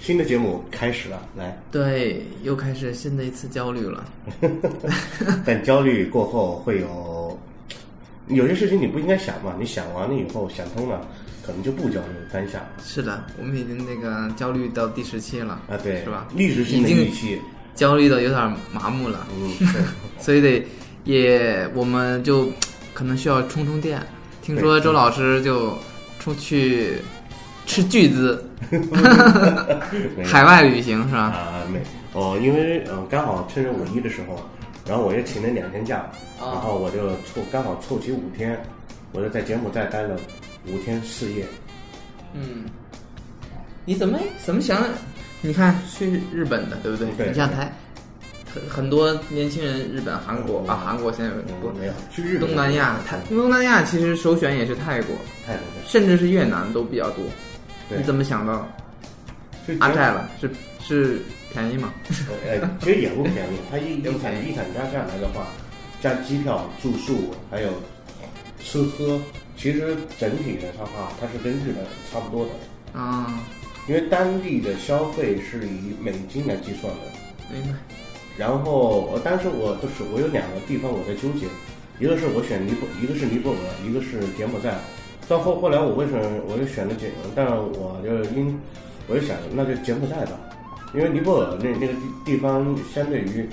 新的节目开始了， 来，对，又开始新的一次焦虑了。但焦虑过后会有有些事情你不应该想嘛，你想完了以后想通了，可能就不焦虑单下了是的，我们已经那个焦虑到第十期了啊，对，是吧？历史性的已经预期，焦虑的有点麻木了，嗯，对，所以得也我们就可能需要充充电。听说周老师就出去斥巨资嗯 没有海外旅行是吧？啊，没哦，因为嗯、呃刚好趁着五一的时候，然后我又请了两天假，哦然后我就凑刚好凑齐五天，我就在柬埔寨待了五天四夜。嗯，你怎么怎么想？你看去日本的对不对？对你像台很很多年轻人，日本、韩国嗯啊，韩国现在有很多嗯，没有去日本嗯东南亚，泰东南亚其实首选也是泰国，泰国的，甚至是越南都比较多。对你怎么想到就阿柬寨了？是是便宜 吗？呃，其实也不便宜，它一也一不砍便宜一砍价下来的话，加机票、住宿还有吃喝，其实整体的的话，它是跟日本差不多的，啊，因为当地的消费是以美金来计算的。明白。然后我当时我就是我有两个地方我在纠结，一个是我选尼泊，一个是尼泊尔，一个是柬埔寨。到后后来我为什么我就选了柬，但我就因我就想那就柬埔寨吧，因为尼泊尔那那个地地方相对于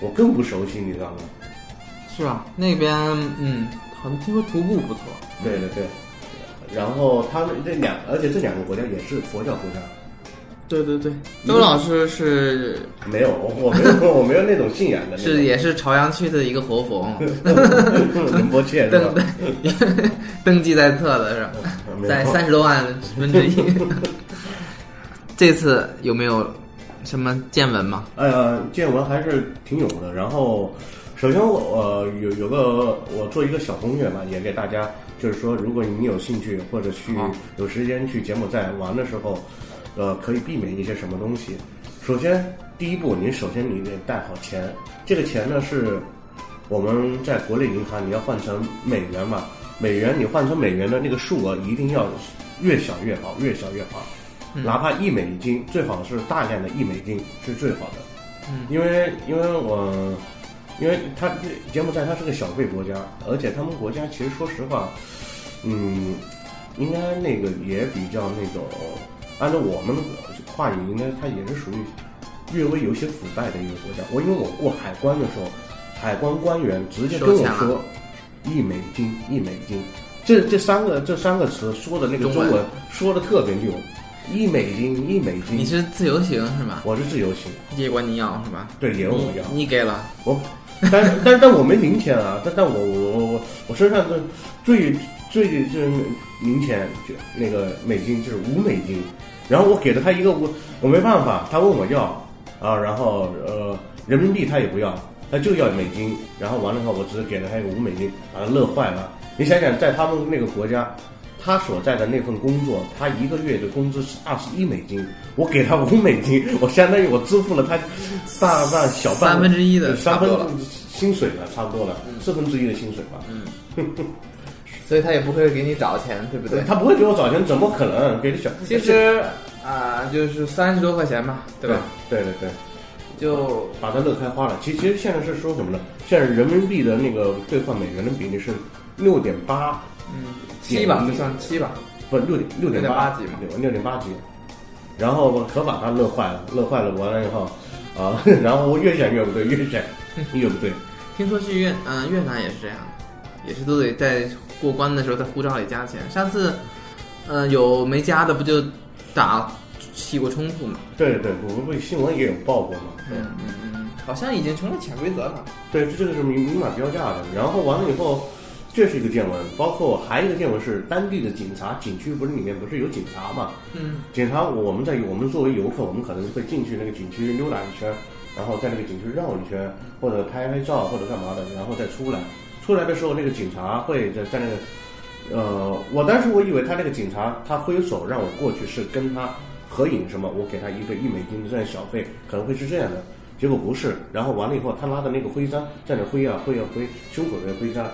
我更不熟悉，你知道吗？是吧？那边嗯，好像听说徒步不错。对对对。然后他们这两，而且这两个国家也是佛教国家，对对对，周老师是没有 我没有我没有那种信仰的那种， 是也是朝阳区的一个活佛嘛，仁波切是吧登？ 登记在册的是吧？没在错三十多万分之一。 这次有没有什么见闻吗？呃，见闻还是挺有的。然后，首先我呃有有个我做一个小攻略嘛，也给大家就是说，如果你有兴趣或者去好有时间去柬埔寨玩的时候，呃，可以避免一些什么东西。首先，第一步，你首先你得带好钱，这个钱呢是我们在国内银行你要换成美元嘛，美元你换成美元的那个数额一定要越小越好，越小越好。哪怕一美金，最好是大量的一美金是最好的。嗯，因为因为我，因为它柬埔寨它是个小费国家，而且他们国家其实说实话，嗯，应该那个也比较那种，按照我们的话语，应该它也是属于略微有些腐败的一个国家。我因为我过海关的时候，海关官员直接跟我收钱说了一美金一美金，这这三个这三个词说的那个中中文文说的特别溜，一美金一美你金，是自由行是吧？我是自由行，也管你要是吧？对，也有我要。你你给了，我，但 但但我没零钱啊，但但我我我我身上的最最就是零钱就那个美金就是五美金，然后我给了他一个我我没办法，他问我要啊，然后呃人民币他也不要，他就要美金，然后完了以后我只是给了他一个五美金，把他乐坏了。你想想，在他们那个国家。他所在的那份工作，他一个月的工资是二十一美金，我给他五美金，我相当于我支付了他大半小半三分之一的三差不分多了薪水了，差不多了，四分之一的薪水吧。所以他也不会给你找钱，对不对？他不会给我找钱，怎么可能给你小？其实啊、就是三十多块钱吧，对吧？对对对，就把它乐开花了。其其实现在是说什么呢？现在人民币的那个兑换美元的比例是六点八，嗯七吧，点就算七吧。不六点六点6.8几嘛对，六点八几。然后我可把他乐坏了，乐坏了完了以后，啊， 然后我越想越不对，越想越不对。听说去越嗯、越南也是这样，也是都得在过关的时候在护照里加钱。上次嗯、呃有没加的不就打起过冲突嘛？对对，我们不是新闻也有报过嘛。对。嗯嗯嗯，好像已经成了潜规则了。对，这个是明明码标价的。然后完了以后，这是一个见闻，包括还有一个见闻是当地的警察，景区不是里面不是有警察嘛？嗯，警察，我们在我们作为游客，我们可能会进去那个景区溜达一圈，然后在那个景区绕一圈，或者拍拍照或者干嘛的，然后再出来。出来的时候，那个警察会在在那个，呃，我当时我以为他那个警察他挥手让我过去是跟他合影什么，我给他一个一美金的这样小费，可能会是这样的。结果不是，然后完了以后，他拿的那个徽章在那挥啊挥啊挥，胸口的徽章。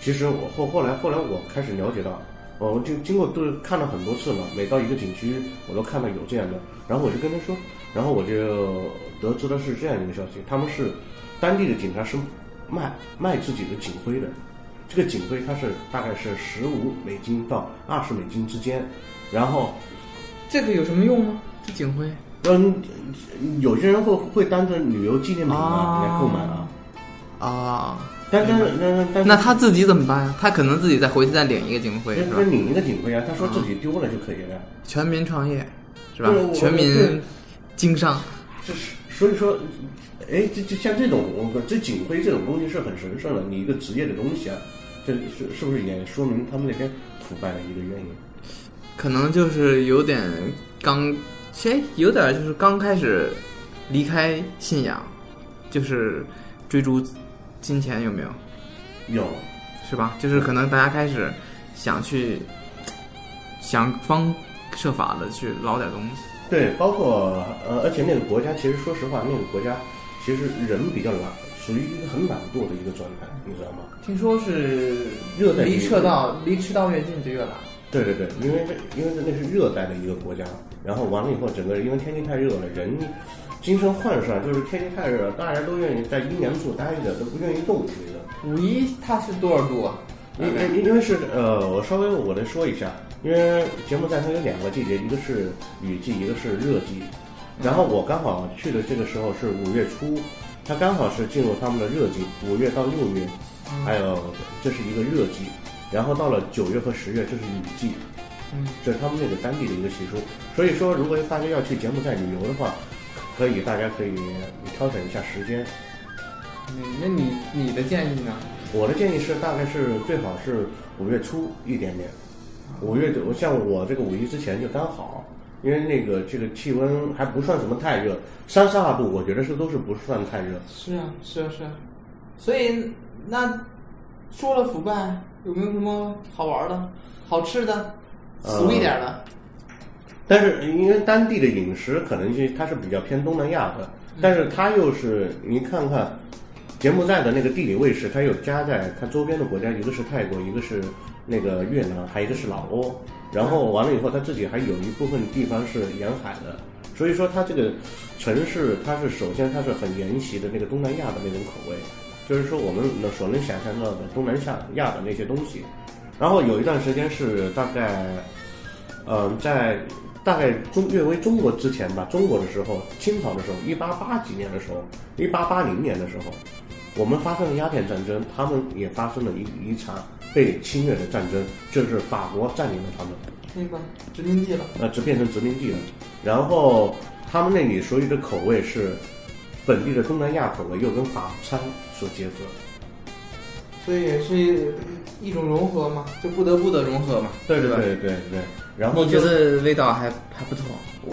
其实我后后来后来我开始了解到，我我经经过就是看了很多次嘛，每到一个景区我都看到有这样的，然后我就跟他说，然后我就得知的是这样一个消息，他们是当地的警察是卖卖自己的警徽的，这个警徽它是大概是十五美金到二十美金之间，然后这个有什么用吗？这警徽嗯，有些人会会当成旅游纪念品啊啊来购买啊，啊，但但但但那他自己怎么办呀？他可能自己再回去再领一个警徽那是吧那？领一个警徽啊，他说自己丢了就可以了。全民创业是吧对我？全对民经商，就是所以说，哎，这这像这种，我这警徽这种东西是很神圣的，你一个职业的东西啊，这是是不是也说明他们那边腐败的一个原因？可能就是有点刚，其实有点就是刚开始离开信仰，就是追逐金钱有没有？有，是吧？就是可能大家开始想去想方设法的去捞点东西。对，包括呃，而且那个国家其实说实话，那个国家其实人比较懒，属于一个很懒惰的一个状态，你知道吗？听说是热带地离区赤道离赤道越近就越懒。对对对，因为这因为那是热带的一个国家，然后完了以后，整个因为天气太热了，人精神涣散，就是天气太热了，大家都愿意在阴凉处待着，都不愿意动，觉得。五一它是多少度啊？因因因为呃是呃，我稍微我再说一下，因为节目在它有两个季节，一个是雨季，一个是热季。然后我刚好去的这个时候是五月初，它刚好是进入他们的热季，五月到六月，还有这是一个热季。然后到了九月和十月，这是雨季，嗯，这是他们那个当地的一个习俗。所以说，如果大家要去柬埔寨旅游的话，可以大家可以挑选一下时间，嗯那你你的建议呢？我的建议是，大概是最好是五月初一点点，五月我像我这个五一之前就刚好，因为那个这个气温还不算什么太热，三十二度我觉得是都是不算太热。是啊，是啊，是啊。所以那说了腐败，有没有什么好玩的、好吃的、呃俗一点的？但是因为当地的饮食可能是它是比较偏东南亚的，但是它又是你看看柬埔寨的那个地理位置，它又夹在它周边的国家，一个是泰国，一个是那个越南，还有一个是老挝。然后完了以后，它自己还有一部分地方是沿海的，所以说它这个城市，它是首先它是很沿袭的那个东南亚的那种口味，就是说我们能所能想象到的东南亚亚的那些东西。然后有一段时间是大概嗯，在大概中略微中国之前吧，中国的时候，清朝的时候，一八八几年的时候，一八八零年的时候，我们发生了鸦片战争，他们也发生了一一场被侵略的战争，就是法国占领了他们，那个殖民地了。呃，只变成殖民地了。然后他们那里所有的口味是本地的东南亚口味，又跟法餐所结合。所以是一种融合嘛，就不得不的融合嘛，对对吧？对对对。然后你觉就得味道还还不错，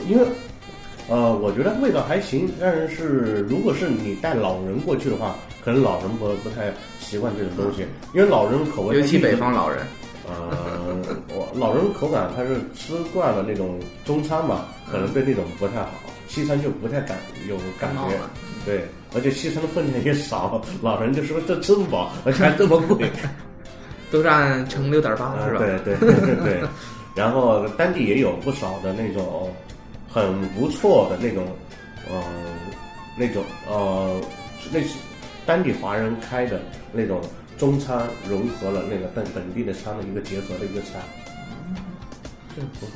因为，呃，我觉得味道还行，但是如果是你带老人过去的话，可能老人不不太习惯这种东嗯西，因为老人口味，尤其北，方老人，呃，我老人口感他是吃惯了那种中餐嘛，可能对那种不太好，西餐就不太感有感嗯感冒觉了，对，而且西餐的分量也少，老人就说这吃不饱，而且还这么贵。都占乘六点八啊，是吧？对对对对。然后当地也有不少的那种很不错的那种，呃，那种呃，类似当地华人开的那种中餐融合了那个本本地的餐的一个结合的一个菜，这嗯不好。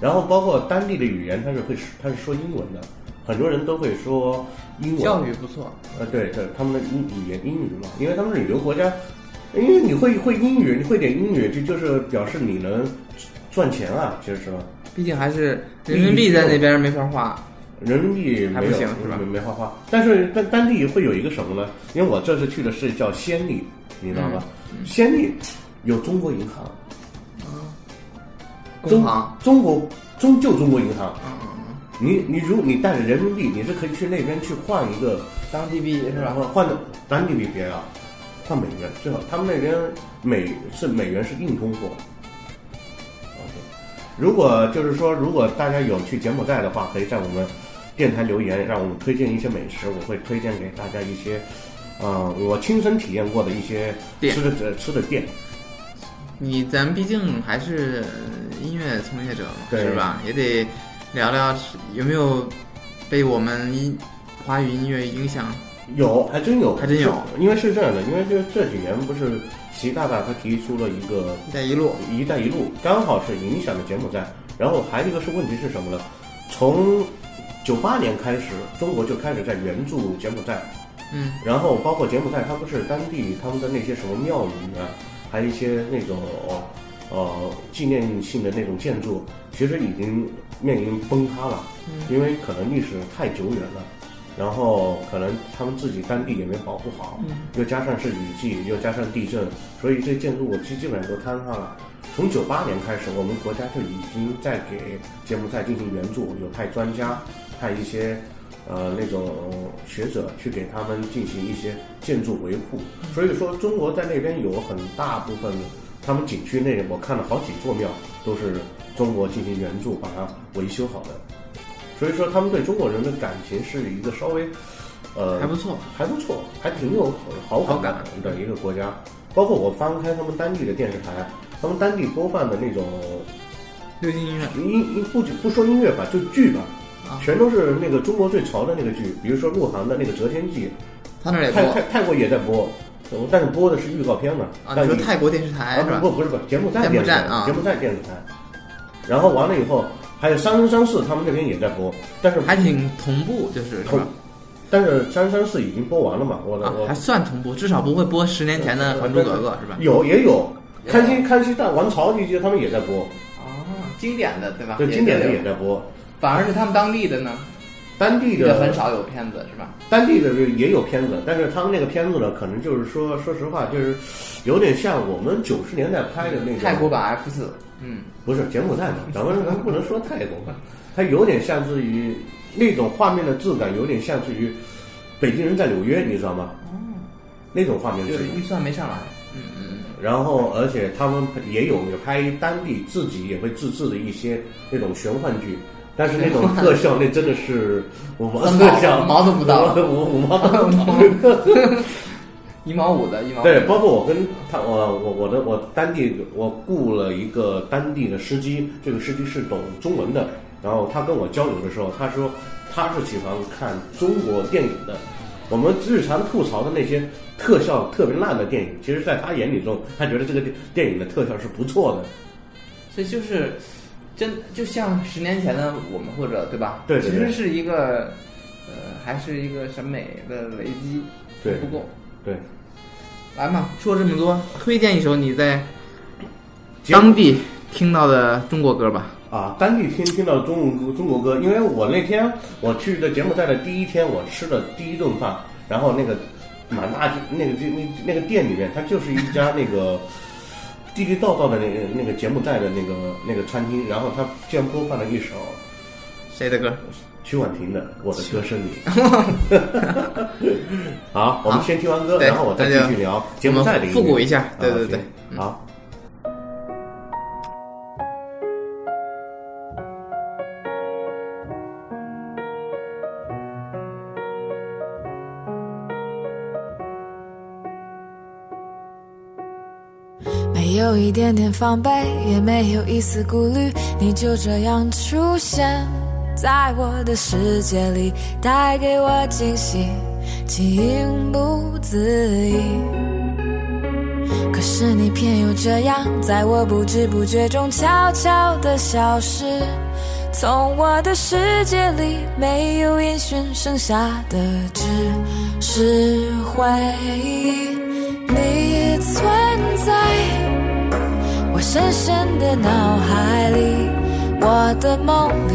然后包括当地的语言，它是会它是说英文的，很多人都会说英文。教育不错，呃，对对，他们的英语言英语嘛，因为他们旅游国家，因为你会会英语，你会点英语，这就是表示你能赚钱啊，其实是吧？毕竟还是人民币在那边没法花，人民币还没不有行是吧没没花花，但是但当地会有一个什么呢？因为我这次去的是叫暹粒，你知道吧？嗯暹粒有中国银行，工中行，中国中就中国银行，嗯，你你如你带着人民币，你是可以去那边去换一个当地币是然吧？后换的咱你别啊，换美元最好。他们那边美是美元是硬通货。OK，如果就是说，如果大家有去柬埔寨的话，可以在我们电台留言，让我们推荐一些美食，我会推荐给大家一些，呃，我亲身体验过的一些店吃的呃吃的店。你咱毕竟还是音乐从业者嘛，对是吧？也得聊聊是有没有被我们音华语音乐影响。有，还真有，还真有是。因为是这样的，因为这这几年不是习大大他提出了一个一带一路， “一带一路”，刚好是影响了柬埔寨。然后还有一个是问题是什么呢？从九八年开始，中国就开始在援助柬埔寨，嗯，然后包括柬埔寨，它不是当地他们的那些什么庙宇啊，还有一些那种呃纪念性的那种建筑，其实已经面临崩塌了，因为可能历史太久远了。然后可能他们自己当地也没保护好，又加上是雨季，又加上地震，所以这建筑物基基本上都坍塌了。从九八年开始，我们国家就已经在给柬埔寨进行援助，有派专家，派一些呃那种学者去给他们进行一些建筑维护。所以说，中国在那边有很大部分，他们景区内我看了好几座庙都是中国进行援助把它维修好的。所以说，他们对中国人的感情是一个稍微呃还不错。还不错，还挺有好好感感的一个国家。包括我翻开他们当地的电视台，他们当地播放的那种流行音乐，音音不不说音乐吧，就剧吧啊，全都是那个中国最潮的那个剧，比如说鹿晗的那个《择天记他那儿》，也泰泰播泰国也在播，但是播的是预告片嘛。啊。但你说你泰国电视台啊是吧？不不是不是柬埔寨电视柬台埔寨啊柬埔寨电视台。然后完了以后，还有三生三世，他们那边也在播，但是还挺同步，就是是同吧？但是三生三世已经播完了嘛，我的啊我，还算同步，至少不会播十年前的《还珠格格》是吧？嗯有也有，康熙康熙大王朝那些他们也在播，啊，经典的对吧对，经典的也在播。反而是他们当地的呢，当地也的很，少有片子是吧？当地的也有片子，但是他们那个片子呢，可能就是说，说实话，就是有点像我们九十年代拍的那个泰国，版 F 四，嗯，不是柬埔寨嘛，咱们咱们不能说泰国吧，它有点像至于那种画面的质感，有点像至于北京人在纽约，你知道吗？哦那种画面就质是感。预算没上来，嗯嗯然后，而且他们也有有拍当地自己也会自制的一些那种玄幻剧，但是那种特效那真的是五毛三毛特效，毛都不 到五五毛都不到。嗯，一毛五的，一毛五对的，包括我跟他，我我我的我当地我雇了一个当地的司机，这个司机是懂中文的，然后他跟我交流的时候，他说他是喜欢看中国电影的。我们日常吐槽的那些特效特别烂的电影，其实在他眼里中，他觉得这个电电影的特效是不错的。所以就是真就像十年前的我们或者对吧？对对其对实是一个呃，还是一个审美的危机，对不够。对，来嘛，说这么多，推荐一首你在当地听到的中国歌吧。啊，当地听听到中文歌、中国歌，因为我那天我去的柬埔寨的第一天，我吃的第一顿饭，然后那个满大街那个就那那个店里面，它就是一家那个地地道道的那个那个柬埔寨的那个那个餐厅，然后它竟然播放了一首谁的歌？曲婉婷的《我的歌是你》。 好，我们先听完歌，对然后我再那就继续聊柬埔寨的音乐复古一下对对啊对行嗯好。没有一点点防备，也没有一丝顾虑，你就这样出现在我的世界里，带给我惊喜，情不自已。可是你偏又这样，在我不知不觉中悄悄地消失，从我的世界里没有音讯，剩下的只是回忆。你存在我深深的脑海里，我的梦里，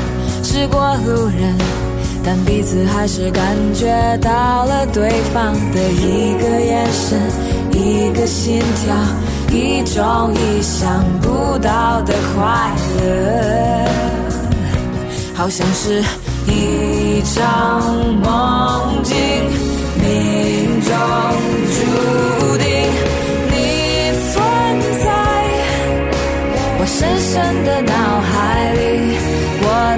是过路人，但彼此还是感觉到了对方的一个眼神，一个心跳，一种意想不到的快乐，好像是一场梦境，命中注定你存在。我深深的脑海里，我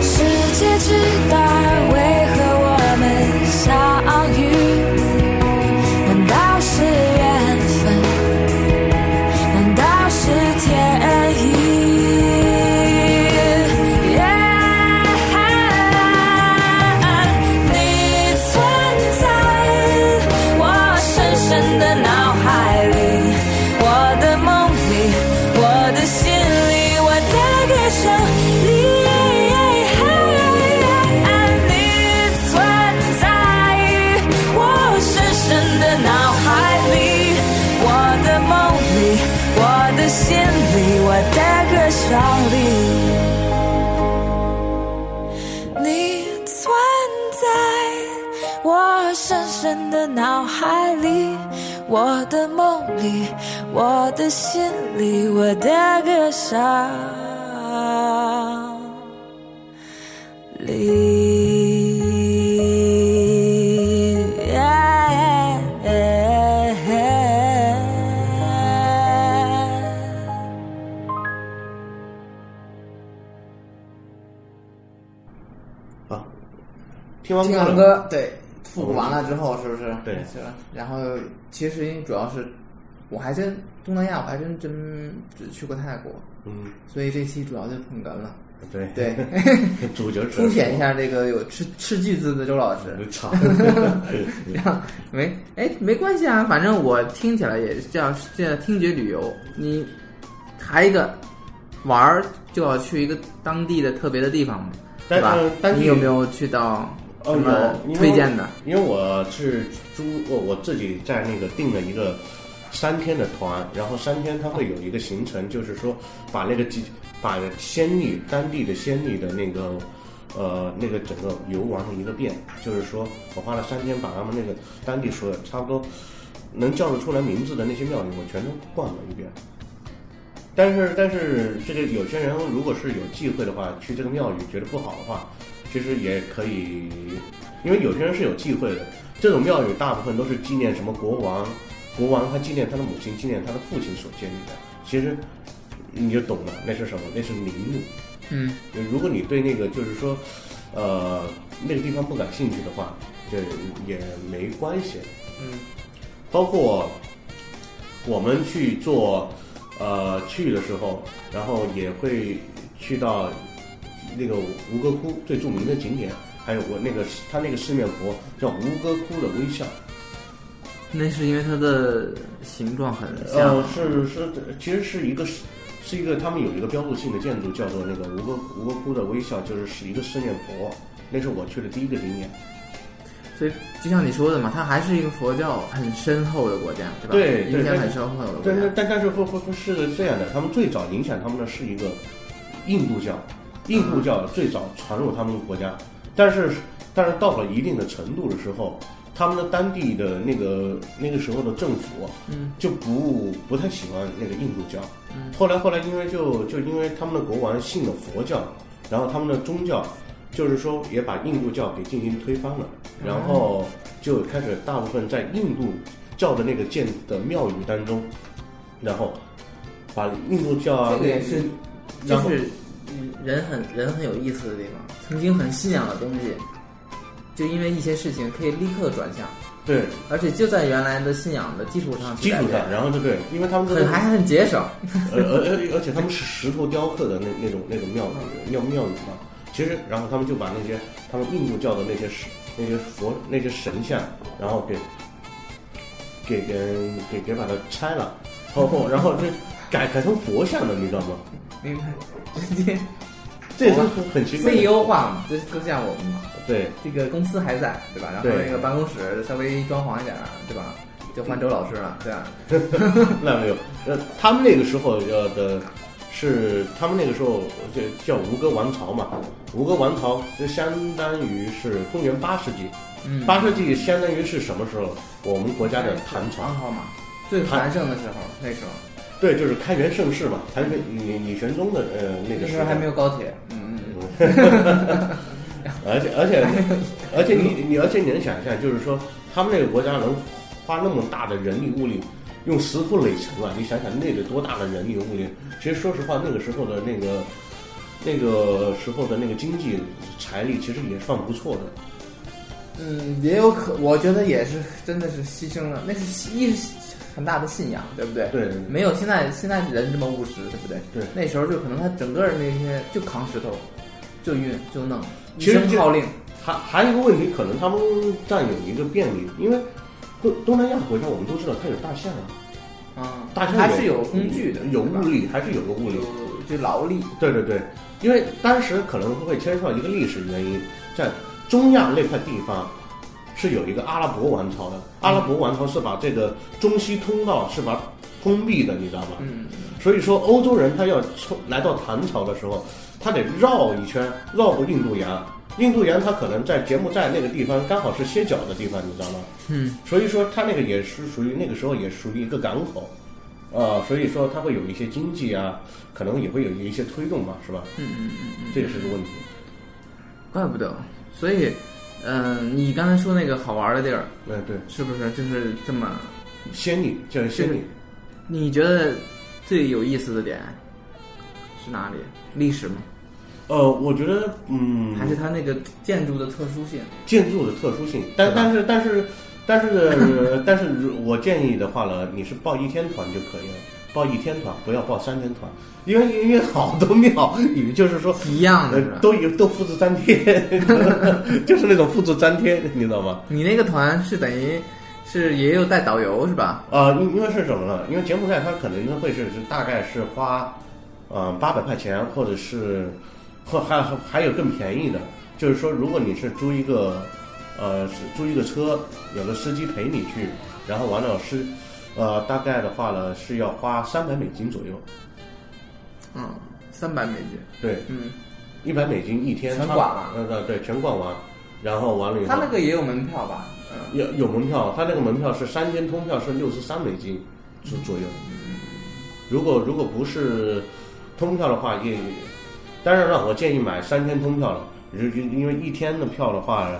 世界之大，为何我们相遇？难道是缘分？难道是天意？你存在我深深的脑海里，我的梦里，我的心里，我的歌声里。你存在我深深的脑海里，我的梦里，我的心里，我的歌声里。你存在我深深的脑海里，我的梦里，我的心里，我的歌声里。啊，听完嗯听歌完了歌，对，复古完了之后是不是？对是吧？然后其实主要是，我还真东南亚，我还真真只去过泰国，嗯，所以这期主要就捧哏了，对对，主角凸显一下这个有斥斥巨资的周老师。长，这样没哎没关系啊，反正我听起来也叫叫听觉旅游。你还一个玩儿就要去一个当地的特别的地方嘛，但对吧呃？当地你有没有去到哦什么有因为推荐的？因为我是租我我自己在那个订了一个三天的团，然后三天它会有一个行程，就是说把那个几把仙女当地的仙女的那个呃那个整个游玩了一个遍，就是说我花了三天把他们那个当地所有差不多能叫得出来名字的那些庙宇我全都逛了一遍。但是，但是这个有些人如果是有忌讳的话，去这个庙宇觉得不好的话，其实也可以，因为有些人是有忌讳的。这种庙宇大部分都是纪念什么国王，国王他纪念他的母亲，纪念他的父亲所建立的。其实你就懂了，那是什么？那是陵墓。嗯，如果你对那个就是说，呃，那个地方不感兴趣的话，这也没关系。嗯，包括我们去做呃去的时候，然后也会去到那个吴哥窟最著名的景点，还有我那个他那个四面佛叫吴哥窟的微笑。那是因为它的形状很像。呃，是是，其实是一个是是一个他们有一个标志性的建筑，叫做那个吴哥吴哥窟的微笑，就是是一个四面佛。那是我去的第一个景点。所以就像你说的嘛，它还是一个佛教很深厚的国家，对吧？对对影响但很深厚的国但是家。但但是会会会是这样的，他们最早影响他们的是一个印度教，印嗯度教最早传入他们国家，但是但是到了一定的程度的时候，他们的当地的那个那个时候的政府啊嗯就不不太喜欢那个印度教，后来后来因为就就因为他们的国王信了佛教，然后他们的宗教就是说也把印度教给进行推翻了，哦然后就开始大部分在印度教的那个建的庙宇当中，然后把印度教啊这，个也是，这然后是人很人很有意思的地方。曾经很信仰的东西，就因为一些事情可以立刻转向，对而且就在原来的信仰的基础上去基础改变上，然后就对，因为他们这很个还很节省。而而而而且他们是石头雕刻的那那种那种庙宇庙庙宇嘛，其实然后他们就把那些他们印度教的那些石那些佛那些神像，然后给给给给给把它拆了，然后然后就改改成佛像了，你知道吗？明白，直接这也是很很奇怪的。 CEO E 化嘛，就是更像我们嘛。对，这个公司还在，对吧？然后对那个办公室稍微装潢一点儿，啊对吧？就换周老师了，对吧？那没有，呃，他们那个时候要的是他们那个时候就叫吴哥王朝嘛，吴哥王朝就相当于是公元八世纪，嗯，八世纪相当于是什么时候？我们国家的唐朝唐，朝嘛，最繁盛的时候，那时候对，就是开元盛世嘛，唐玄李李玄宗的呃那那个时时候候还没有高铁，嗯嗯而且而且而且你你而且你能想象，就是说他们那个国家能花那么大的人力物力，用石头垒城啊，你想想那得多大的人力物力？其实说实话，那个时候的那个那个时候的那个经济财力其实也算不错的。嗯，也有可，我觉得也是，真的是牺牲了，那是一是很大的信仰，对不对？对没有现在现在人这么务实，对不对？对那时候就可能他整个那些就扛石头，就运就弄，其实一声这号令，还还有一个问题，可能他们占有一个便利，因为东东南亚国家我们都知道它有大象啊，啊，大象它有是有工具的，有对吧物力，还是有个物力。就就劳力，对对对，因为当时可能会牵涉到一个历史原因，在中亚那块地方是有一个阿拉伯王朝的，阿拉伯王朝是把这个中西通道是把它封闭的，你知道吧？嗯，所以说欧洲人他要从来到唐朝的时候，他得绕一圈，绕过印度洋。印度洋，他可能在柬埔寨那个地方刚好是歇脚的地方，你知道吗？嗯，所以说他那个也是属于那个时候也属于一个港口，啊、所以说他会有一些经济啊，可能也会有一些推动吧，是吧？嗯嗯嗯，这也是个问题。怪不得，所以，嗯、你刚才说那个好玩的地儿，嗯，对，是不是就是这么？仙女就是仙女，你觉得最有意思的点是哪里？历史吗？呃，我觉得嗯，还是它那个建筑的特殊性？建筑的特殊性，但但是但是但是呃 但是如，我建议的话呢，你是报一天团就可以了，报一天团，不要报三天团，因为因为好多庙宇就是 说一样的呃是吧？都有都复制粘贴， 就是那种复制粘贴，你知道吗？你那个团是等于是也有带导游是吧？啊、因因为是什么呢？因为柬埔寨它可能会是是大概是花，呃八百块钱，或者是，或还还还有更便宜的，就是说如果你是租一个，呃是租一个车，有个司机陪你去，然后完了是，呃大概的话呢是要花三百美金左右，嗯，三百美金。对，嗯，一百美金一天，全差逛完呃呃对，全逛完，然后完了以后他，那个也有门票吧？嗯，有有门票，他那个门票是三天通票是六十三美金左左右。如果如果不是通票的话，也当然了，我建议买三天通票了，因因因为一天的票的话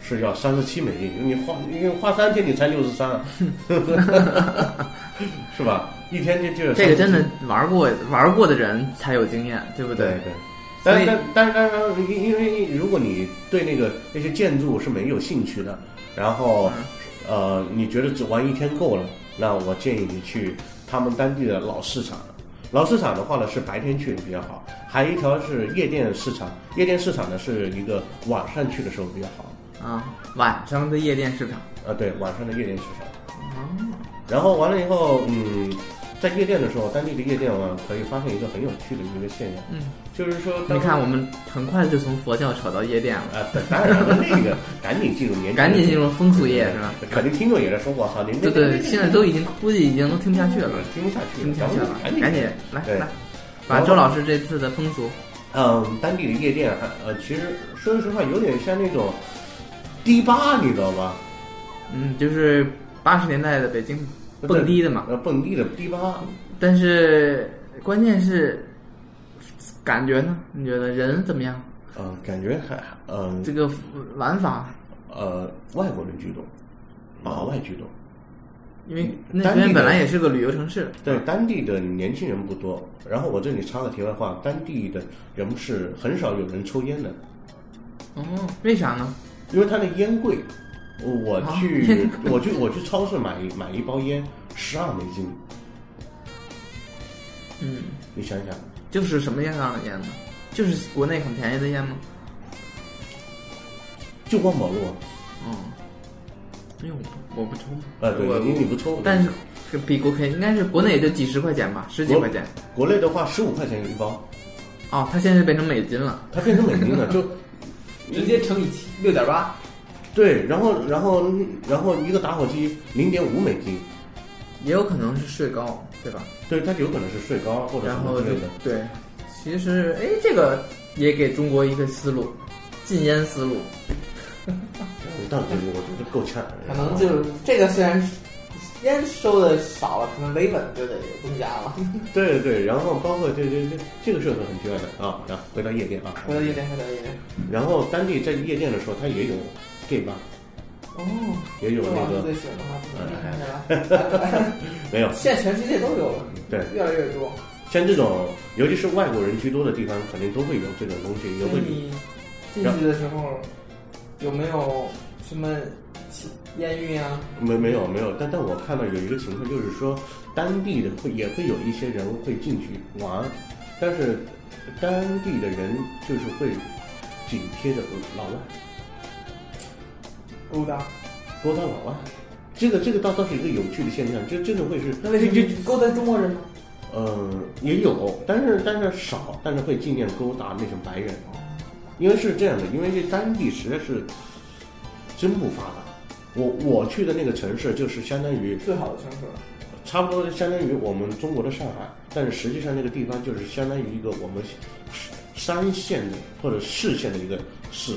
是要三十七美金，你花你花三天你才六十三，啊 是吧？一天就就嗯这个真的玩过玩过的人才有经验，对不对对。所但以但但但但，因因为如果你对那个那些建筑是没有兴趣的，然后、嗯呃，你觉得只玩一天够了，那我建议你去他们当地的老市场。老市场的话呢，是白天去比较好，还有一条是夜店市场。夜店市场呢是一个晚上去的时候比较好。啊，晚上的夜店市场。啊，对，晚上的夜店市场。哦然后完了以后，嗯，在夜店的时候，当地的夜店啊，可以发现一个很有趣的一个现象，嗯，就是说当，你看，我们很快就从佛教扯到夜店了，啊，对当然了，那个赶紧进入年，赶紧进入风俗业是吧？？肯定听众也在说，我操，你们对对，现在都已经估计已经都听不下去这了，个听不下去听不下去了，赶紧赶紧来对来，把周老师这次的风俗，嗯，当地的夜店还呃，其实说实话有点像那种迪吧，你知道吧？嗯，就是八十年代的北京蹦迪的嘛，呃，蹦迪的迪吧，但是关键是感觉呢？你觉得人怎么样？嗯，感觉还嗯这个玩法，呃外国人居多，老外居多。因为嗯那当地边的本来也是个旅游城市，对，当地的年轻人不多。然后我这里插个题外话，当地的人是很少有人抽烟的，哦，为啥呢？因为他的烟贵。我啊去烟， 我去，我去超市买一买一包烟，十二美金。嗯，你想想，就是什么样的烟呢？就是国内很便宜的烟吗？就光马路，嗯，因为哎我我不抽，呃，哦对，我因为你不抽，但是比国肯应该是国内也就几十块钱吧，十几块钱。国内的话十五块钱一包，哦，它现在变成美金了。它变成美金了，就直接乘以七六点八，对，然后然后然后一个打火机零点五美金，也有可能是税高，对吧？对，它有可能是税高或者什然么后之就类的。对，其实哎，这个也给中国一个思路，禁烟思路。但我我觉得够呛，可能就是这个虽然是烟收的少了，可能维稳就得增加了。对对，然后包括这这这这个社会很绝的啊，然后回到夜店啊，回到夜，店，回到夜店。然后当地在夜店的时候，它也有 gay 吧，哦，也有这那网上个哎最喜欢的话题，厉害了！没有，现在全世界都有了，对，越来越多。像这种尤其是外国人居多的地方，肯定都会有这种东西，也所会以有。你进去的时候有没有什么起艳遇啊？没没有没有，但但我看到有一个情况，就是说当地的会也会有一些人会进去玩，但是当地的人就是会紧贴着老外，勾搭？勾搭老外。这个这个倒倒是一个有趣的现象，这这个会是那为什么这你勾搭中国人吗？嗯，也有，但是但是少，但是会尽量勾搭那种白人，啊因为是这样的，因为这当地实在是真不发达。我我去的那个城市就是相当于最好的城市了，差不多相当于我们中国的上海，但是实际上那个地方就是相当于一个我们三线的或者市县的一个市。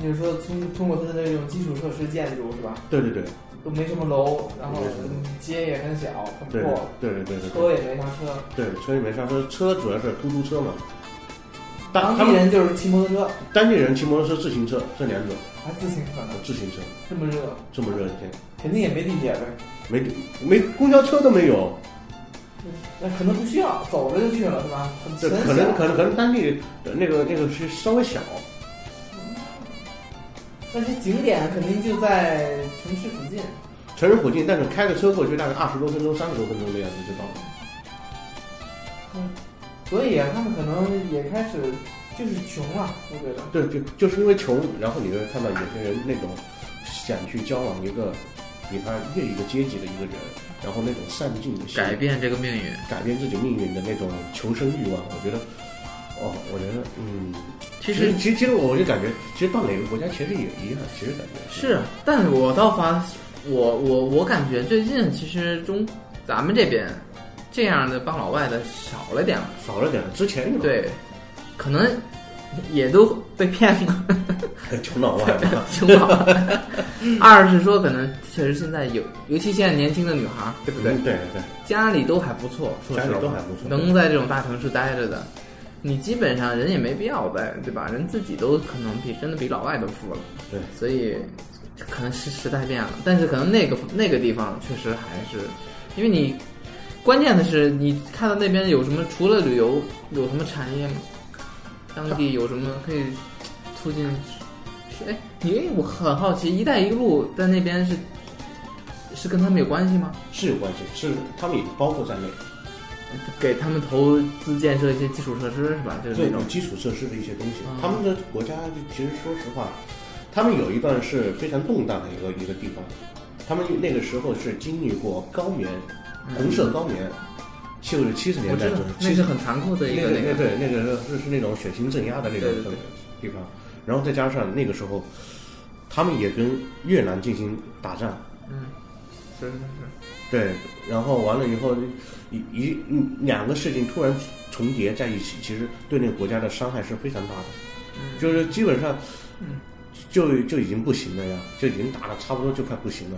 你是说通通过它的那种基础设施建筑是吧？对对对都没什么楼，然后嗯没什么街也很小，很对破，对对对对车也没啥车，对，对车也没啥车，车主要是出租车嘛。当当他地们人就是骑摩托车，当地人骑摩托车、自行车这两种，啊还自行车呢，自行车这么热，这么热的天，肯定也没地铁呗，没没公交车都没有，那可能不需要，走着就去了是吧？很这很可能小可能可能当地的那个那个是稍微小，那些景点肯定就在城市附近，城市附近，但是开个车过去大概二十多分钟、三十多分钟的样子就到了。所以啊他们可能也开始就是穷了，我觉得。对，就就是因为穷，然后你会看到有些人那种想去交往一个比他越一个阶级的一个人，然后那种上进的心改变这个命运，改变自己命运的那种求生欲望，我觉得，哦，我觉得，嗯，其实其实其实我就感觉，其实到哪个国家其实也一样，其实感觉是，啊但我倒发，我我我感觉最近其实中咱们这边这样的帮老外的少了点儿，少了点儿之前有，对，可能也都被骗了，穷老外 嘛，挺好。二是说，可能确实现在有，尤其现在年轻的女孩儿，对不对？嗯对对家里都还不错，说实话家里都还不错能在这种大城市待着的，你基本上人也没必要在，对吧？人自己都可能比真的比老外都富了，对，所以可能是时代变了，但是可能那个那个地方确实还是，因为你关键的是你看到那边有什么，除了旅游有什么产业吗？当地有什么可以促进？是哎，你哎我很好奇，“一带一路”在那边是是跟他们有关系吗？是有关系，是他们也包括在内，给他们投资建设一些基础设施是吧？就是这那种种基础设施的一些东西啊。他们的国家其实说实话，他们有一段是非常动荡的一个一个地方，他们那个时候是经历过高棉、红色高棉，就是七十嗯我年代知道左右，，那70是很残酷的一那个个那那个，对那个是是那种血腥镇压的那种对对对地方，然后再加上那个时候，他们也跟越南进行打仗。嗯，是是是，对，然后完了以后，一一嗯两个事情突然重叠在一起，其实对那个国家的伤害是非常大的，就是基本上，就就已经不行了呀，就已经打的差不多就快不行了。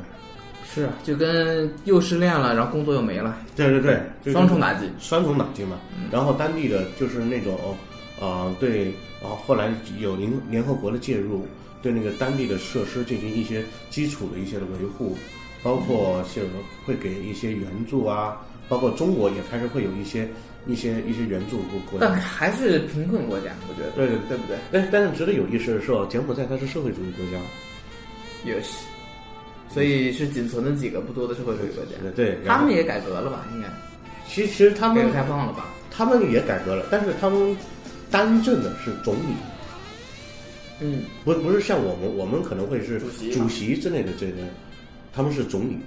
是啊，就跟又失恋了，然后工作又没了，对对对，就是双重打击，双重打击嘛。然后当地的就是那种，呃，对，然后后来有联联合国的介入，对那个当地的设施进行一些基础的一些的维护，包括是会给一些援助啊，包括中国也开始会有一些一些一些援助国国但家。还是贫困国家，我觉得，对对对不对？但但是值得有意思的是，柬埔寨它是社会主义国家，也是，所以是仅存的几个不多的社会主义国家，对对，然他后们也改革了吧？应该其其实他改们革开放了吧？他们也改革了，但是他们当政的是总理，嗯，不不是像我们，我们可能会是主席主席之类的这个，他们是总理。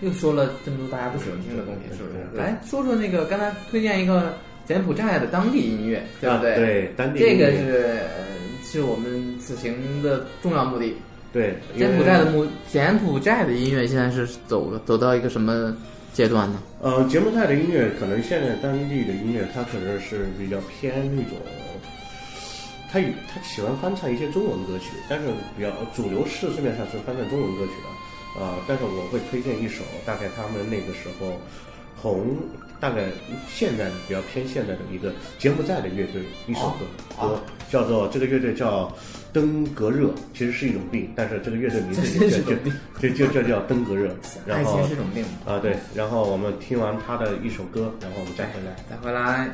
又说了这么多大家不喜欢听的东西，是不是？对来说说那个刚才推荐一个柬埔寨的当地音乐，对不啊对当地这个音乐是呃是我们此行的重要目的。对，因为柬埔寨的目，柬埔寨的音乐现在是走走到一个什么阶段呢？呃，柬埔寨的音乐可能现在当地的音乐，它可能是比较偏那种，他与他喜欢翻唱一些中文歌曲，但是比较主流市市面上是翻唱中文歌曲的，呃，但是我会推荐一首，大概他们那个时候红，大概现在比较偏现代的一个柬埔寨的乐队一首歌，哦歌、叫做这个乐队叫登革热，其实是一种病，但是这个乐队名字 这真是就种病就就就就叫登革 热，然爱后情是种病。啊，对，然后我们听完他的一首歌，然后我们再回来。再回来。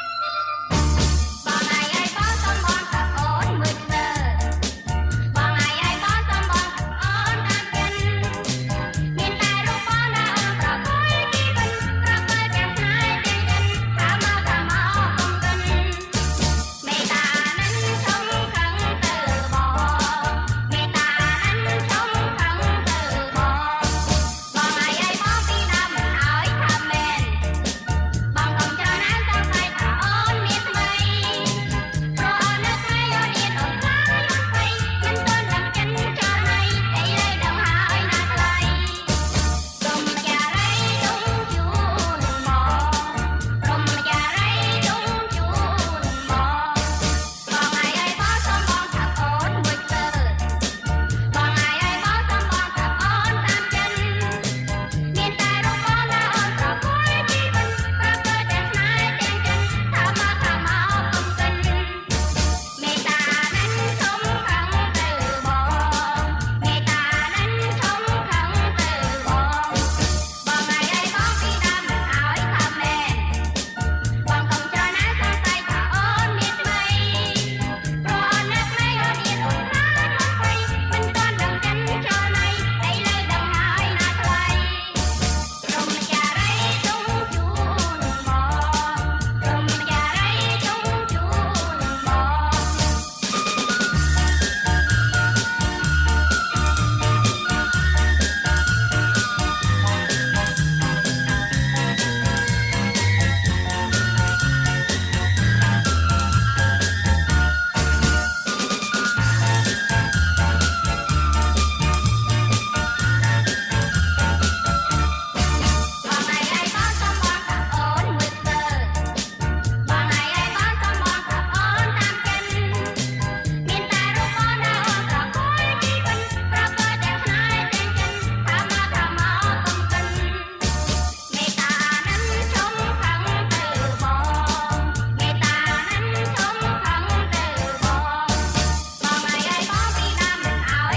បងអាយអាយបងសំបងថាអូនមើលស្ទើរបងអាយអាយបងសំបងថាអូនតាមចិនមានតែរូបបងណាអូនប្រកល់ពីបិណ្ឌប្រកល់ទាំងថ្ងៃទាំងយប់ថាមកថាមកកុំកិនមេតានឹងជុំខាងទៅបងមេតានឹងជុំខាងទៅបងបងអាយអាយបងពីដើមមិនឲ្យថាមែន បងកុំចោលណាចង់តែថាអូនមានថ្មីព្រោះអូននៅថ្ងៃអូនមានអូនខ្លាចអូនភ័យមិនទាន់ដឹងចិនចោលហើយតែលើដឹងហើយណាថ្លៃកុំយ៉ារៃទុំជូនមកកុំយ៉ារៃទុំជូនមកបងអាយអាយបងសុំបងថាអូនមួយទៅបងអាយអាយបងសុំបងថាអូនតាមចិន មានតែរូបបងណាអូនប្រកល់ជីវិតប្រកល់ទាំងថ្ងៃទាំងយប់ថាមកថាមកកុំកិនមេតានឹងសុំខាងទៅបងមេតានឹងសុំខាងទៅបងបងអាយអាយបងពីដើមមិនឲ្យថាមែនបងកុំចោលណាសង្ស័យថាអូនមានថ្មីព្រោះអូននៅថ្ងៃរនាអូនខ្លាចអូនភ័យមិនទាន់ដឹងចិនចោលណៃតែលើដឹងហើយណាថ្លៃ រំយ៉ារៃជុំជូនមករំយ៉ារៃជុំជូនមក បងអាយអាយបងសុំបងថាអូនមួយស្ទើរបងអាយអាយបងសុំបងថាអូនតាមចិនមានតែរូបបងណាអូនប្រកល់ជីវិតប្រកល់ទាំងថ្ងៃទាំងយប់ថាមកថាមកកុំកិនមេតានឹងជុំខាងទៅបងមេតានឹងជុំខាងទៅបងបងអាយអាយបងពីដើមមិនឲ្យថាមែន បងកុំចោលណាសង្ស័យថាអូនមានថ្មីព្រោះអូននៅថ្ងៃអូនមានអូនខ្លាចអូនភ័យមិនទាន់ដឹងចិនចោលណៃតែលើដឹងហើយណាថ្លៃរំយ៉ារៃទុំជូនមករំយ៉ារៃទុំជូនមក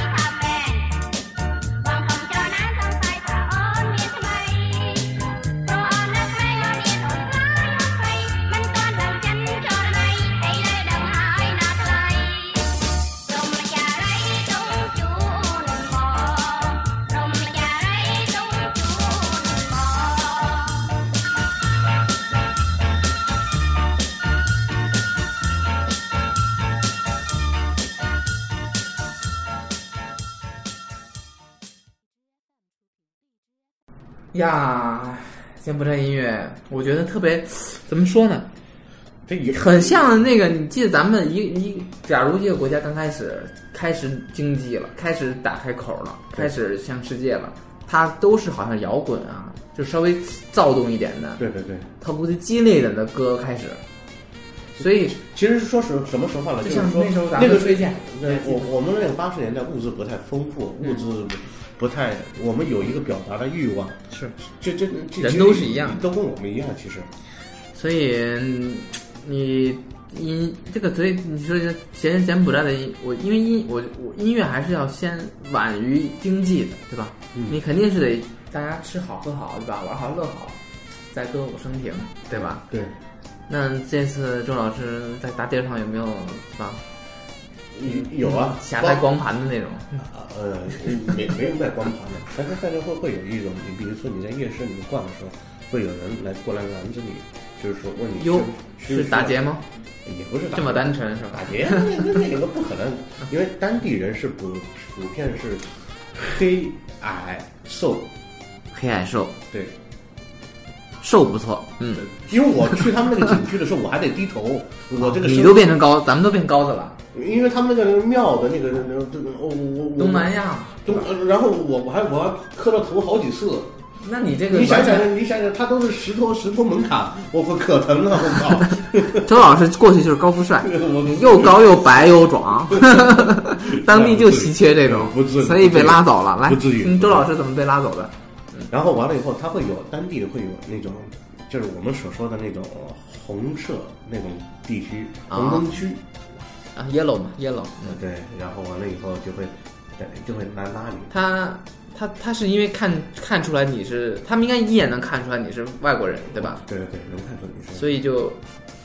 呀，柬埔寨音乐，我觉得特别，怎么说呢？这也很像那个，你记得咱们一一，假如一个国家刚开始开始经济了，开始打开口了，开始向世界了，它都是好像摇滚啊，就稍微躁动一点的，对对对，它不是激烈一点的歌开始。所以其实说什什么实话呢，就就是像说那时候咱那们个推荐嗯对，我我们那个八十年代物质不太丰富，物质不太，我们有一个表达的欲望，是，这这这人其实都是一样的都跟我们一样，其实所以嗯你音这个，所以你说柬柬埔寨的音，我因为音我我音乐还是要先晚于经济的，对吧？你肯定是得大家吃好喝好，对吧？玩好乐好，再歌舞升平，对吧？对，那这次周老师在大街上有没有是吧？嗯有啊，夹带包光盘的那种，呃，没没有卖光盘的，但是大家会会有一种，你比如说你在夜市里面逛的时候，会有人来过来拦着你，就是说问你哟是是打劫，吗？是也不是打这么单纯是吧打？劫，那那那个不可能，因为当地人是普普遍是黑矮瘦，黑矮瘦，对，瘦不错，嗯，因为我去他们那个景区的时候，我还得低头，我这个啊你身都变成高，咱们都变高的了。因为他们那个庙的那个那个，哦我我我东南亚，东，呃然后我我还我还磕了头好几次。那你这个你想完全想，你想想，他都是石头石头门槛，我可可疼了， 我靠！周老师过去就是高富帅，我又高又白又壮， 当地就稀缺这种不至于，所以被拉走了。来不至于，嗯周老师怎么被拉走的？然后完了以后，他会有当地的会有那种，就是我们所说的那种红色那种地区，啊红灯区。啊，yellow 嘛，yellow。嗯，对。然后完了以后就会，对，就会来拉你。他他他是因为看看出来你是，他们应该一眼能看出来你是外国人，对吧？对对对，能看出你是。所以就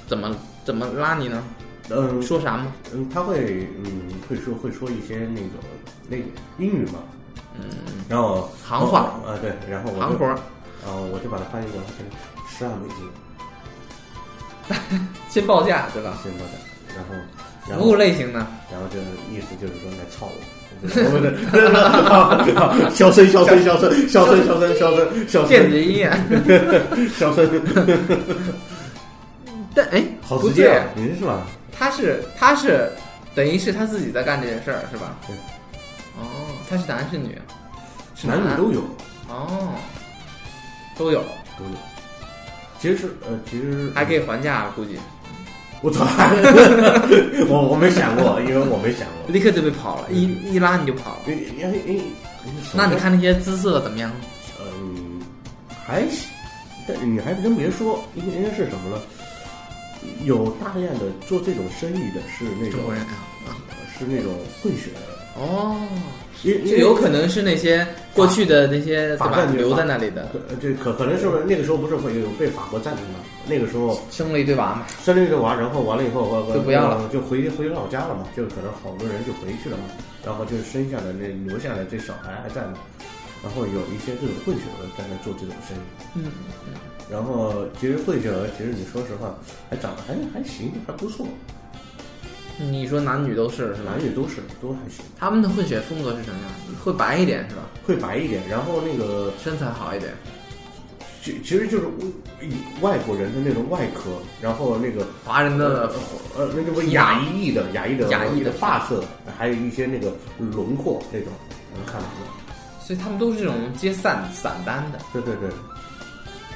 怎么怎么拉你呢？嗯，说啥吗？嗯，他会嗯会说会说一些那种那英语嘛，嗯，然后行话啊、对，然后我就行活儿，然后我就把它翻译过来变成十二美金，先报价对吧？现在的，然后然服务后类型呢？然后就意思就是说来操我。我们 的小声，小声，小声，小声，小声，小声，小电声，子音乐，小声， 但哎， 好不直接对啊，！您是吧？他是他是等于是他自己在干这件事儿是吧？对。哦，他是男是女？是男女都有，哦，都有，都有。其实是呃，其实还可以还价，估计我操！ 我我没想过，因为我没想过。立刻就被跑了，一一拉你就跑了。你你你哎你，那你，看那些姿色怎么样？嗯，还行，但你还真别说，因为因为是什么呢？有大量的做这种生意的是那种中呃国人啊，是那种混血的，哦，因就因有可能是那些过去的那些对法吧战留在那里的呃这可可能是不是那个时候不是会有被法国占领嘛？那个时候生了一堆娃嘛，生了一个娃，然后完了以后，我我就不要了我就回回老家了嘛，就可能好多人就回去了嘛，然后就生下来那留下来这小孩还在嘛，然后有一些这种混血儿在那做这种生意，嗯，然后其实混血儿，其实你说实话，还长得还还行，还不错，你说男女都是是吧男？女都是都还行，他们的混血风格是什么样？会白一点是吧？会白一点，然后那个身材好一点，其其实就是外国人的那种外壳，然后那个华人的呃那个不亚裔的亚裔的亚裔的发色，还有一些那个轮廓这种能看得出来。所以他们都是这种接散散单的。对对对，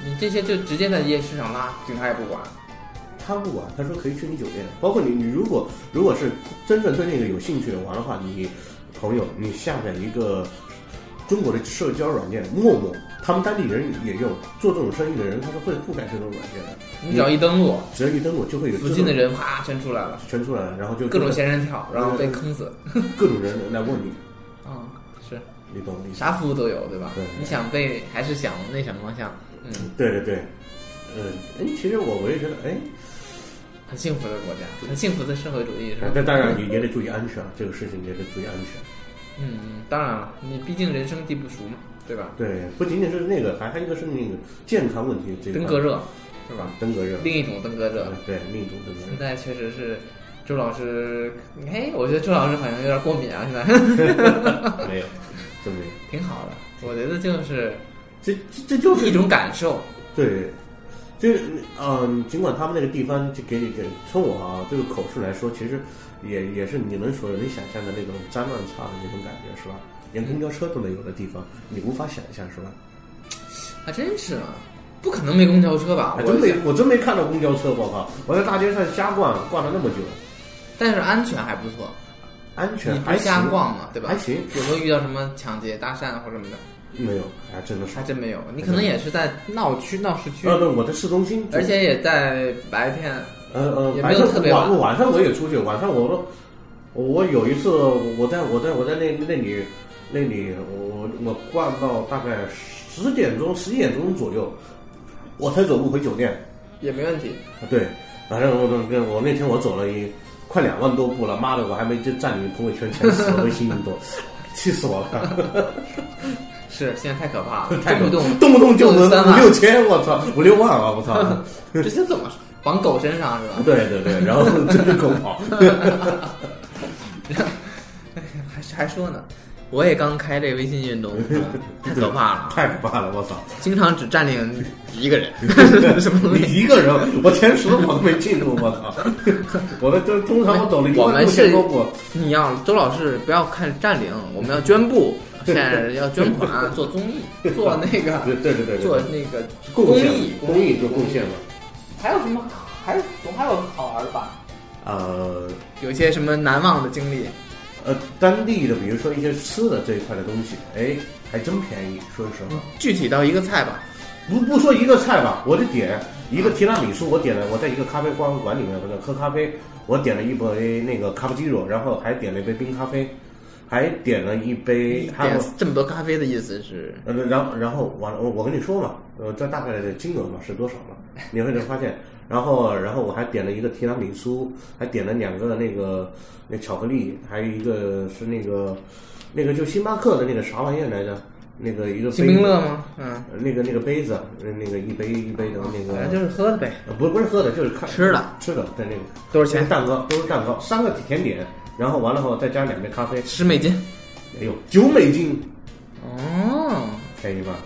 你这些就直接在夜市上拉，警察也不管。他不管，他说可以去你酒店，包括你你如果如果是真正对那个有兴趣的玩的话，你朋友你下载一个中国的社交软件陌陌，他们当地人也用，做这种生意的人他是会覆盖这种软件的，你只要一登录，只要一登录就会有附这近的种人啪全出来了，全出来了，然后就各种仙人跳，然后被坑死。各种人来问你，啊，是你懂我意思吗？啥服务都有，对吧？对你想被还是想那什么？想嗯，对对对，嗯，哎，其实我我也觉得，哎，很幸福的国家，很幸福的社会主义是吧？但当然也也得注意安全，这个事情也得注意安全。嗯，嗯当然了，你毕竟人生地不熟嘛，对吧？对，不仅仅是那个，还还有一个是那个健康问题，这个登革热是吧？登革热，另一种登革热嗯，对，另一种登革现热。在确实是周老师，哎，我觉得周老师好像有点过敏啊，现在 没有，真没有，挺好的。我觉 得就是这这这就是一种感受，对，就是嗯，尽管他们那个地方就给你给从我啊这个口述来说，其实也也是你能所能想象的那种脏乱差的那种感觉，是吧？连公交车都没有的地方，你无法想象，是吧？还真是啊，不可能没公交车吧？还我哎真没想，我真没看到公交车，我靠！我在大街上瞎逛，逛了那么久，但是安全还不错，安你全不还是行瞎逛嘛，对吧？还行，有没有遇到什么抢劫、搭讪或什么的？没有，还真的呃是。还啊，真没有，你可能也是在闹区、闹市区，对，我在市中心，而且也在白天。呃呃，也反没有正特别晚晚晚上我也出去，晚上我都我我有一次我我在我在我在那那里那里我我逛到大概十点钟十一点钟左右，我才走路回酒店。也没问题，啊对，反正我我我那天我走了一快两万多步了， 妈的，我还没就占领朋友圈前十，微信运动，气死我了。是现在太可怕了，太动不动动不动就就能三五万六，千，我操，五六万啊，我操！ 这些怎么往狗身上是吧？ 对对对，然后真是狗跑， 还还说呢，我也刚开这微信运动，是吧 太可怕了，太可怕了，我操！经常只占领一 个人，什么东你西？一个人，我前十我都没进入，我操！我的都通常我走了一我万们六是千多步，你要周老师不要看占领，我们要 捐布，现在要捐款做综艺，做那个对对对对，对做那个贡公献益，公益就贡献嘛，还有什么？还有总还有好玩的吧？呃。有一些什么难忘的经历，呃，当地的，比如说一些吃的这一块的东西，哎，还真便宜。说实话，具体到一个菜吧，不不说一个菜吧，我就点一个提拉米苏，我点了，我在一个咖啡馆馆里面，那个喝咖啡，我点了一杯那个卡布奇诺，然后还点了一杯冰咖啡，还点了一杯，还有点哎这么多咖啡的意思是呃，然后然后完了，我我跟你说嘛，呃，这大概的金额嘛是多少嘛，你会能发现。然后然后我还点了一个提拉米苏，还点了两个那个那巧克力，还有一个是那个那个就星巴克的那个啥玩意儿来着？那个一个杯星冰乐？吗？嗯，呃那个那个杯子，呃那个一杯一杯的那反正个，就是喝的呗。呃不是不是喝的，就是看吃的吃的，对那个多少钱蛋糕都是蛋糕，三个甜点，然后完了后再加两杯咖啡，十美金。哎呦，九美金，哦，便宜吧？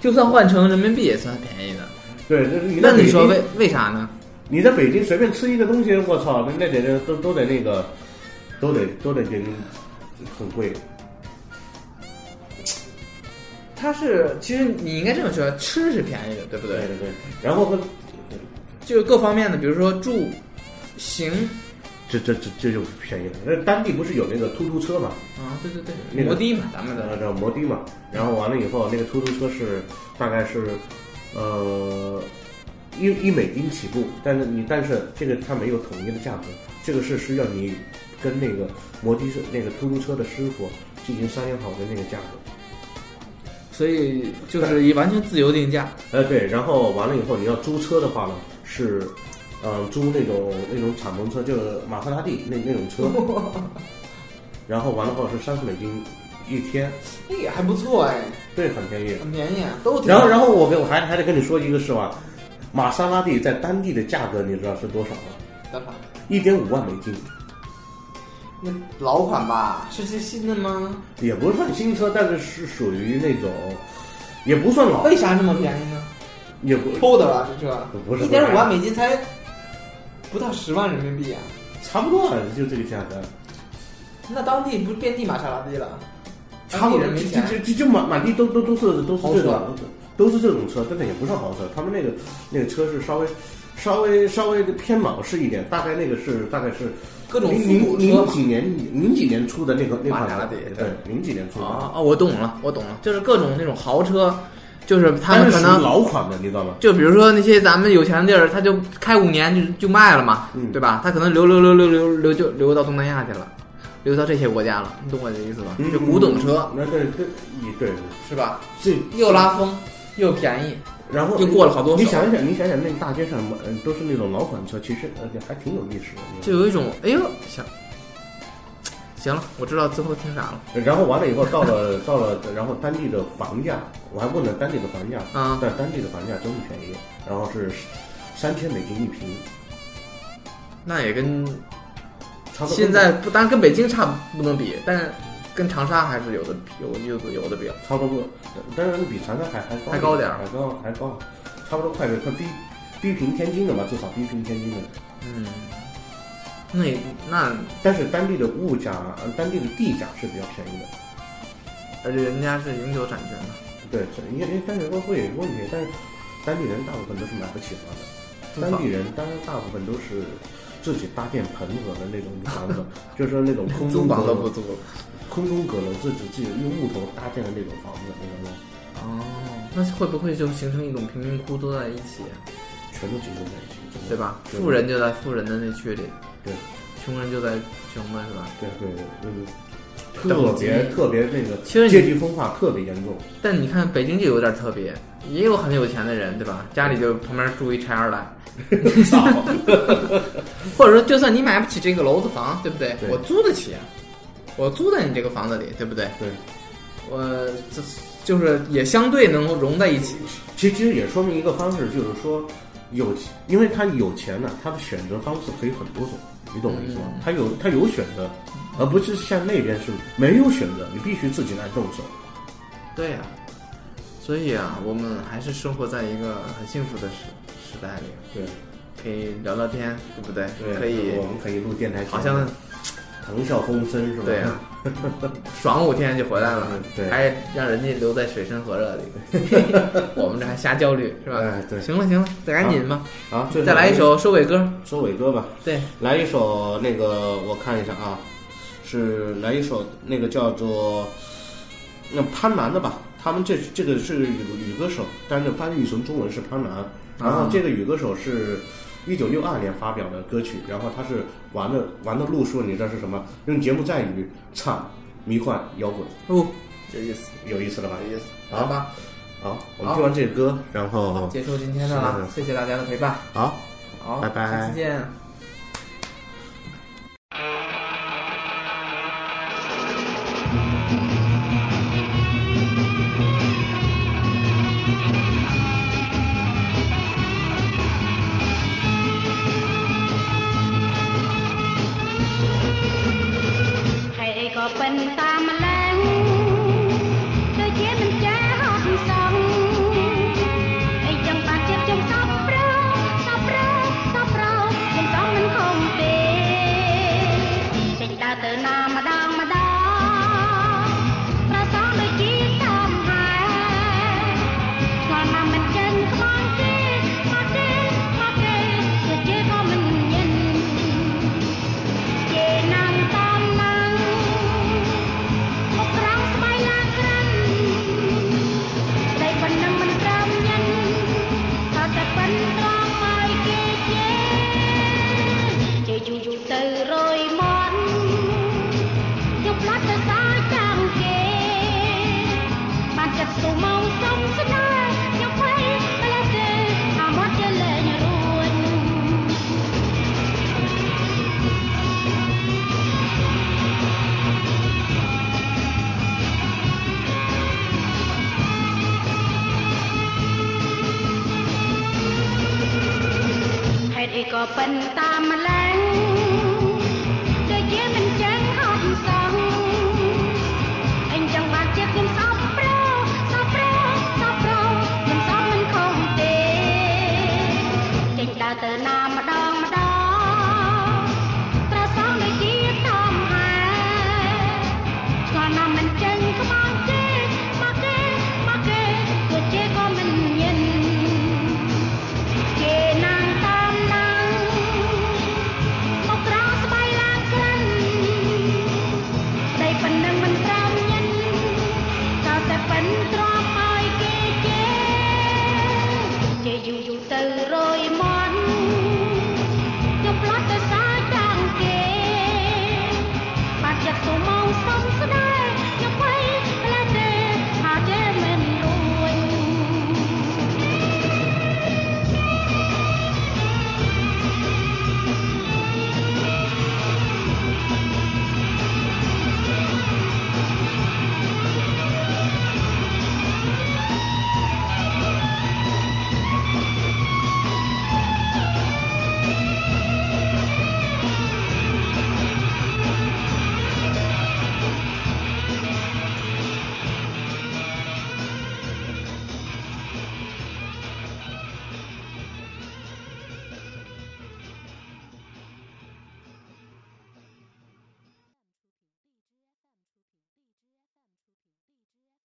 就算换成人民币也算便宜的。对，这是你在那你北说京为为啥呢？你在北京随便吃一个东西，我操，那得那都都得那个，都得都得给你很贵。它是其实你应该这么说，吃是便宜的，对不对？对对。然后呢，就是各方面的，比如说住、行这这这这就便宜了。那当地不是有那个突突车嘛，啊，对对对，那个摩的嘛，咱们嗯的呃，叫摩的嘛。然后完了以后，那个突突车是大概是呃一一美金起步，但是你但是这个它没有统一的价格，这个是需要你跟那个摩的那个突突车的师傅进行商量好的那个价格。所以就是以完全自由定价。呃，对，然后完了以后，你要租车的话呢，是，嗯、租那种那种敞篷车，就是玛莎拉蒂那那种车，然后完了后是三十美金一天，那也还不错哎，对，很便宜。很便宜啊，都挺然后，然后我给我还还得跟你说一个事吧，玛莎拉蒂在当地的价格你知道是多少吗？等会儿一点五万美金，那老款吧，是这新的吗？也不算新车，但是是属于那种，也不算老，为啥那么便宜呢？也不偷的吧，这车不是一点五万美金才不到十万人民币啊，差不多啊，就这个价格。那当地不是遍地玛莎拉蒂了？差当不地多，人没就钱，啊就就就满满地都都都是都是豪这车种，都是这种车，但是也不是豪车，他们那个那个车是稍微稍微稍微的偏老式一点，大概那个是大概是各种零复古零车零嘛几年零几年出的那个那款玛莎拉蒂对对，零几年出哦的，啊啊，我懂了，我懂了，就是各种那种豪车，就是他但们是可属于能老款的，你知道吗？就比如说那些咱们有钱的地儿，他就开五年就就卖了嘛，嗯对吧？他可能流流流流流流就流到东南亚去了，流到这些国家了，你懂我的意思吧？嗯就古董车那对对，也对，是吧？这又拉风又便宜，然后又过了好多你手想一想，你想想那个大街上，嗯，都是那种老款车，其实呃还挺有历史的。你知道吗就有一种哎呦想，行了，我知道最后听啥了然后完了以后，到了到了，然后当地的房价，我还问了当地的房价，啊但当地的房价真不便宜，然后是三千美金一平，那也跟差不多现在不，当然跟北京差不不能比，但是跟长沙还是有的有有有的比。差不多，当然比长沙还还高还高点儿还高还高，差不多快快逼逼平天津了吧，至少逼平天津了。嗯，那也那但是当地的物价，呃当地的地价是比较便宜的，而且人家是永久产权的，对，这因为因为当地人会有问题，但是当地人大部分都是买不起房的。租当房地人当然大部分都是自己搭建棚子的那种房 子，就是说那种空租中阁房都楼不，租了。空中阁楼自己自己用木头搭建的那种房子，你知道吗？哦，那会不会就形成一种贫民窟都在一起，全都集中在一起，真的对吧？对富人就在富人的那区里，对穷人就在穷的，是吧？对对对，嗯，特等级别特别那个其实你阶级分化特别严重，但你看北京就有点特别，也有很有钱的人，对吧？家里就旁边住一拆二代，操，或者说，就算你买不起这个楼子房，对不对？对我租得起啊，我租在你这个房子里，对不对？对，我这就是也相对能够融在一起。其实其实也说明一个方式，就是说有，因为他有钱呢，他的选择方式可以很多种，你懂我意思嗯吗？他有他有选择，而不是像那边是没有选择，你必须自己来动手。对呀、所以啊，我们还是生活在一个很幸福的时时代里，对可以聊聊天，对不对？对，可以我，们可以录电台节目，好像谈笑风生是吧？对啊，爽五天就回来了嗯，对还让人家留在水深火 热里，我们这还瞎焦虑是吧？哎对行了行了，再赶紧吧，好，最后再来一首收尾歌，收尾歌吧。对，来一首那个，我看一下啊，是来一首那个叫做那潘澜的吧？他们这这个是女女歌手，但是翻译成中文是潘澜。然后这个女歌手是一九六二年发表的歌曲，然后她是玩的玩的路数，你知道是什么？用节目赞语唱迷幻摇滚，哦，有意思，有意思了吧？有意思，好吧，好，我们听完这个歌，然后结束今天是的了的，谢谢大家的陪伴，好，好，拜拜下期见。 ហើយអីក៏ប៉ិនតាមឡើងដូចជាមិនចាហត់សងអីចង់បានចិត្តចង់សប់ប្រោសប់ប្រោសប់ប្រោមិនក៏មិនខំទេចេញដើរទៅណាម្ដងម្ដងប្រសងដូចជាតាមហើឆ្លងមកមិនចេញខ្មងទេមកទេមកទេដូចជាក៏មិនញញ គេណាំតាមណាំមកក្រោមស្បៃឡាក្រាំស្ដីប៉ុណ្ណឹងមិនក្រោមញ៉ាំតើតែប៉ុនត្រង់ឲ្យគេជេរជេរយូរយូរទៅរយមាត់យកផ្លាត់ទៅសាចាំគេបានចិត្តស្ទុះមកសុំស្ដាយខ្ញុំភ័យម្ល៉េះទេអាមាត់ជាលែងរួច ហេតុអីក៏ប៉ិនតាមឡើងដូចជាមិនចឹងហត់សោះអញចង់បានចិត្តខ្ញុំសោកប្រោសោកប្រោសោកប្រោខ្ញុំសោកមិនខំទេចេញដើរទៅណាម្ដង